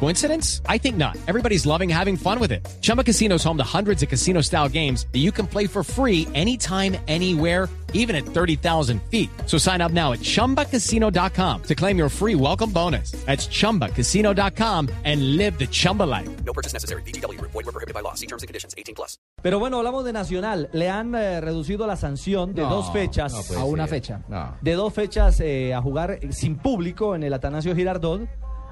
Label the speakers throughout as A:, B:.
A: Coincidence? I think not. Everybody's loving having fun with it. Chumba Casino is home to hundreds of casino style games that you can play for free anytime, anywhere even at 30,000 feet. So sign up now at ChumbaCasino.com to claim your free welcome bonus. That's ChumbaCasino.com and live the Chumba life.
B: No purchase necessary. BGW. Void were prohibited by law. See terms and conditions. 18 plus.
C: Pero bueno, hablamos de Nacional. Le han eh, reducido la sanción de dos fechas
D: a una fecha.
C: de dos fechas eh, a jugar eh, sin público en el Atanasio Girardot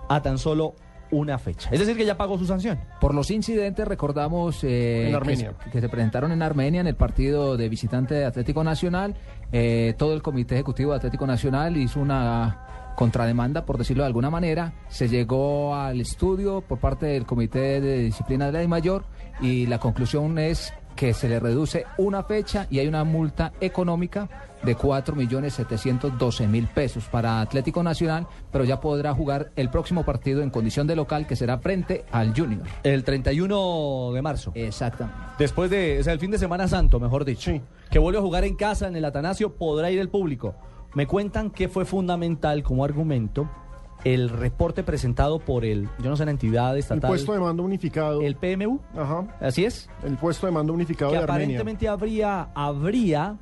C: a tan solo una fecha. Es decir, que ya pagó su sanción.
D: Por los incidentes, recordamos eh,
E: En
D: que, se,
E: Armenia.
D: que se presentaron en Armenia en el partido de visitante de Atlético Nacional. Eh, todo el comité ejecutivo de Atlético Nacional hizo una contrademanda, por decirlo de alguna manera. Se llegó al estudio por parte del comité de disciplina de la mayor y la conclusión es que se le reduce una fecha y hay una multa económica de 4.712.000 pesos para Atlético Nacional, pero ya podrá jugar el próximo partido en condición de local que será frente al Junior.
C: El 31 de marzo.
D: Exactamente.
C: Eh, Después de, o sea, el fin de Semana Santo, mejor dicho. Que vuelve a jugar en casa en el Atanasio, podrá ir el público. Me cuentan que fue fundamental como argumento el reporte presentado por el, yo no sé, la entidad
E: El
C: estatal,
E: puesto de mando unificado.
C: el PMU,
E: Ajá.
C: así es.
E: El puesto de mando unificado
C: que
E: de Armenia.
C: aparentemente habría, habría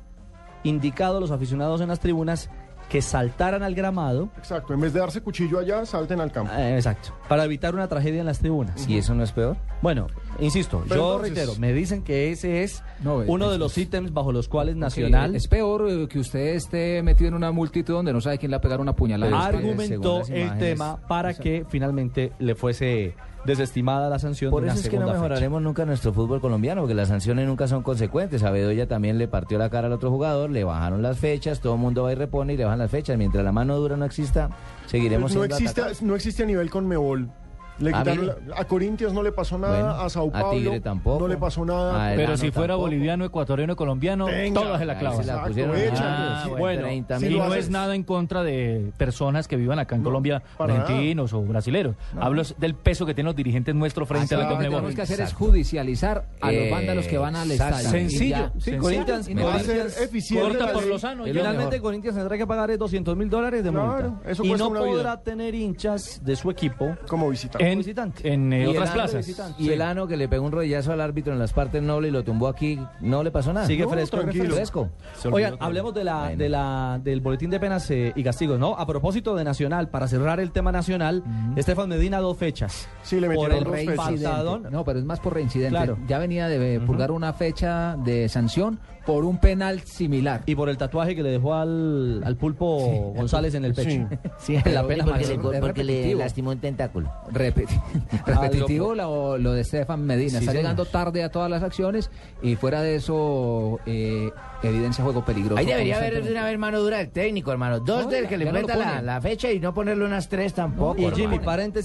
C: indicado a los aficionados en las tribunas que saltaran al gramado.
E: Exacto. En vez de darse cuchillo allá, salten al campo.
F: Ah,
C: eh, exacto. Para evitar una tragedia en las tribunas. ¿Y eso no es peor? Bueno, insisto,
E: Pero
C: yo
E: entonces-
C: reitero, me dicen que ese es
D: No, es-
C: uno de
D: es-
C: los ítems bajo los cuales
D: Sí,
C: Nacional
D: Es peor eh, que usted esté metido en una multitud donde no sabe quién le va a pegar una puñalada.
C: argumentó
D: Según las
C: el
D: imágenes.
C: tema para
D: Exacto.
C: que finalmente le fuese desestimada la sanción.
F: Por
C: de una
F: eso es que no
C: segunda fecha.
F: mejoraremos nunca nuestro fútbol colombiano, porque las sanciones nunca son consecuentes. A Bedoya también le partió la cara al otro jugador, le bajaron las fechas, todo el mundo va y repone y le bajan las fechas. Mientras la mano dura no exista, seguiremos
E: Pues no,
F: siendo
E: existe,
F: atacados.
E: no existe a nivel con Mebol. Le
F: Ah,
E: quitaron
F: mire.
E: la- a Corintios no le pasó nada,
F: Bueno,
E: a Sao
F: a
E: Paulo
F: Tigre tampoco.
E: no le pasó nada.
F: A
G: Pero
F: Elano
G: si fuera
F: tampoco.
G: boliviano, ecuatoriano, colombiano,
E: Venga,
G: todas se la
E: ahí
G: clavan.
F: se la
E: Exacto,
F: pusieron.
E: échale.
F: Ah,
G: bueno,
F: 30
E: si
G: y
E: lo
G: no
E: haces-
G: es nada en contra de personas que vivan acá en
E: No,
G: Colombia,
E: para nada.
G: argentinos o brasileros. Hablo es del peso que tienen los dirigentes nuestros frente a
D: Ah, Lo
G: la
D: que
G: Conmebol.
D: tenemos que hacer es
F: Exacto.
D: judicializar a los
F: Eh,
D: vándalos que van al
F: exacto.
D: estadio.
G: Sencillo,
D: Y ya.
G: sí,
D: Sencillo.
C: Corinthians,
D: Y
E: Va a
D: no-
E: ser
C: Corinthians
E: eficiente
G: Corta
E: la
G: por
E: ley.
G: los sanos.
F: Es lo
C: Finalmente
F: mejor.
C: Corinthians tendrá que pagar 200 mil dólares de
E: Claro,
C: multa.
E: eso
C: y
E: cuesta
C: no
E: una vida.
C: podrá tener hinchas de su equipo.
E: Como visitante.
G: En,
C: visitante.
G: en eh,
F: Y Elano
G: otras
F: de
G: plazas.
C: visitante.
F: Y el ano que le pegó un rodillazo al árbitro en las partes nobles y lo tumbó aquí, no le pasó nada.
C: Sigue
E: No,
C: fresco.
E: tranquilo.
F: Fresco.
C: Oigan, hablemos de la, de la, del boletín de penas eh, y castigos, ¿no? A propósito de Nacional, para cerrar el tema Nacional, Estefan Medina dos fechas.
E: Sí, le
C: Por
E: metieron
C: el
E: dos
C: rey
E: fechas.
C: patadón.
D: No, pero es más por reincidente.
C: Claro.
D: Ya venía de eh, purgar una fecha de sanción por un penal similar.
C: Y por el tatuaje que le dejó al, al pulpo González en el pecho.
D: Sí,
F: La pena porque,
D: máxima.
F: le,
D: Es
F: porque le
D: repetitivo.
F: lastimó un tentáculo. Ah,
D: Repeti- repetitivo lo, lo de Stefan Medina.
C: Sí,
D: Está
C: señor.
D: llegando tarde a todas las acciones y fuera de eso eh, evidencia juego peligroso.
F: Ahí debería haber de
D: constantemente.
F: una vez mano dura del técnico, hermano. Dos
D: No,
F: del
D: ya-
F: que
D: ya
F: le
D: no lo
F: meta la,
D: ponen.
F: la fecha y no ponerle unas tres tampoco.
C: Y Jimmy,
F: hermano.
C: paréntesis.